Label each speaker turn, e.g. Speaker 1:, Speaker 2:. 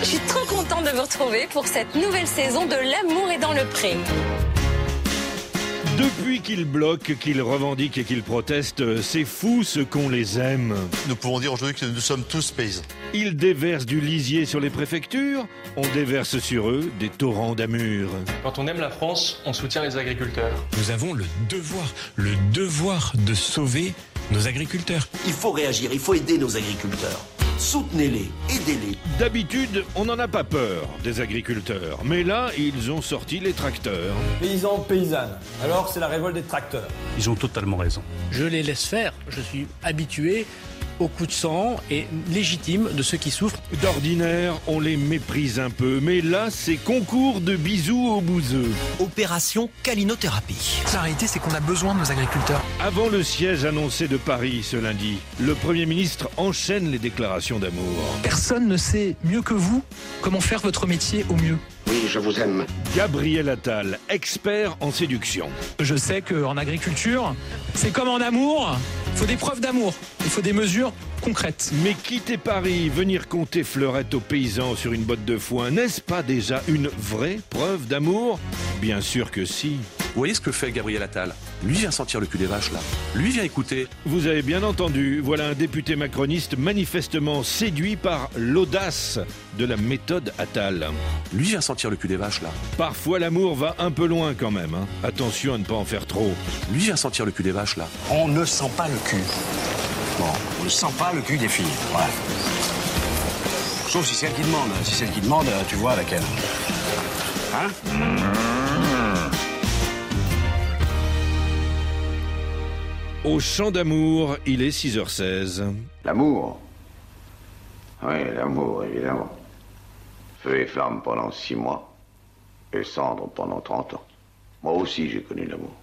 Speaker 1: Je suis trop contente de vous retrouver pour cette nouvelle saison de L'amour est dans le pré.
Speaker 2: Depuis qu'ils bloquent, qu'ils revendiquent et qu'ils protestent, c'est fou ce qu'on les aime.
Speaker 3: Nous pouvons dire aujourd'hui que nous sommes tous paysans.
Speaker 2: Ils déversent du lisier sur les préfectures, on déverse sur eux des torrents d'amures.
Speaker 4: Quand on aime la France, on soutient les agriculteurs.
Speaker 5: Nous avons le devoir, le devoir de sauver nos agriculteurs.
Speaker 6: Il faut réagir, il faut aider nos agriculteurs. Soutenez-les, aidez-les.
Speaker 2: D'habitude, on n'en a pas peur des agriculteurs, mais là, ils ont sorti les tracteurs.
Speaker 7: Paysans, paysannes. Alors, c'est la révolte des tracteurs.
Speaker 8: Ils ont totalement raison.
Speaker 9: Je les laisse faire. Je suis habitué au coup de sang et légitime de ceux qui souffrent.
Speaker 2: D'ordinaire, on les méprise un peu, mais là, c'est concours de bisous aux bouseux.
Speaker 10: Opération calinothérapie.
Speaker 11: La réalité, c'est qu'on a besoin de nos agriculteurs.
Speaker 2: Avant le siège annoncé de Paris ce lundi, le Premier ministre enchaîne les déclarations d'amour.
Speaker 11: Personne ne sait mieux que vous comment faire votre métier au mieux.
Speaker 12: Oui, je vous aime.
Speaker 2: Gabriel Attal, expert en séduction.
Speaker 11: Je sais qu'en agriculture, c'est comme en amour, il faut des preuves d'amour, il faut des mesures concrètes.
Speaker 2: Mais quitter Paris, venir compter fleurette aux paysans sur une botte de foin, n'est-ce pas déjà une vraie preuve d'amour Bien sûr que si.
Speaker 13: Vous voyez ce que fait Gabriel Attal Lui vient sentir le cul des vaches là. Lui vient écouter.
Speaker 2: Vous avez bien entendu, voilà un député macroniste manifestement séduit par l'audace de la méthode Attal.
Speaker 13: Lui vient sentir le cul des vaches là.
Speaker 2: Parfois l'amour va un peu loin quand même. Hein. Attention à ne pas en faire trop.
Speaker 13: Lui vient sentir le cul des vaches là.
Speaker 14: On ne sent pas le cul. Bon, on ne sent pas le cul des filles. Voilà. Sauf si c'est elle qui demande. Si c'est elle qui demande, tu vois laquelle. Hein
Speaker 2: Au champ d'amour, il est 6h16.
Speaker 15: L'amour Oui, l'amour, évidemment. Feu et flamme pendant six mois, et cendre pendant 30 ans. Moi aussi, j'ai connu l'amour.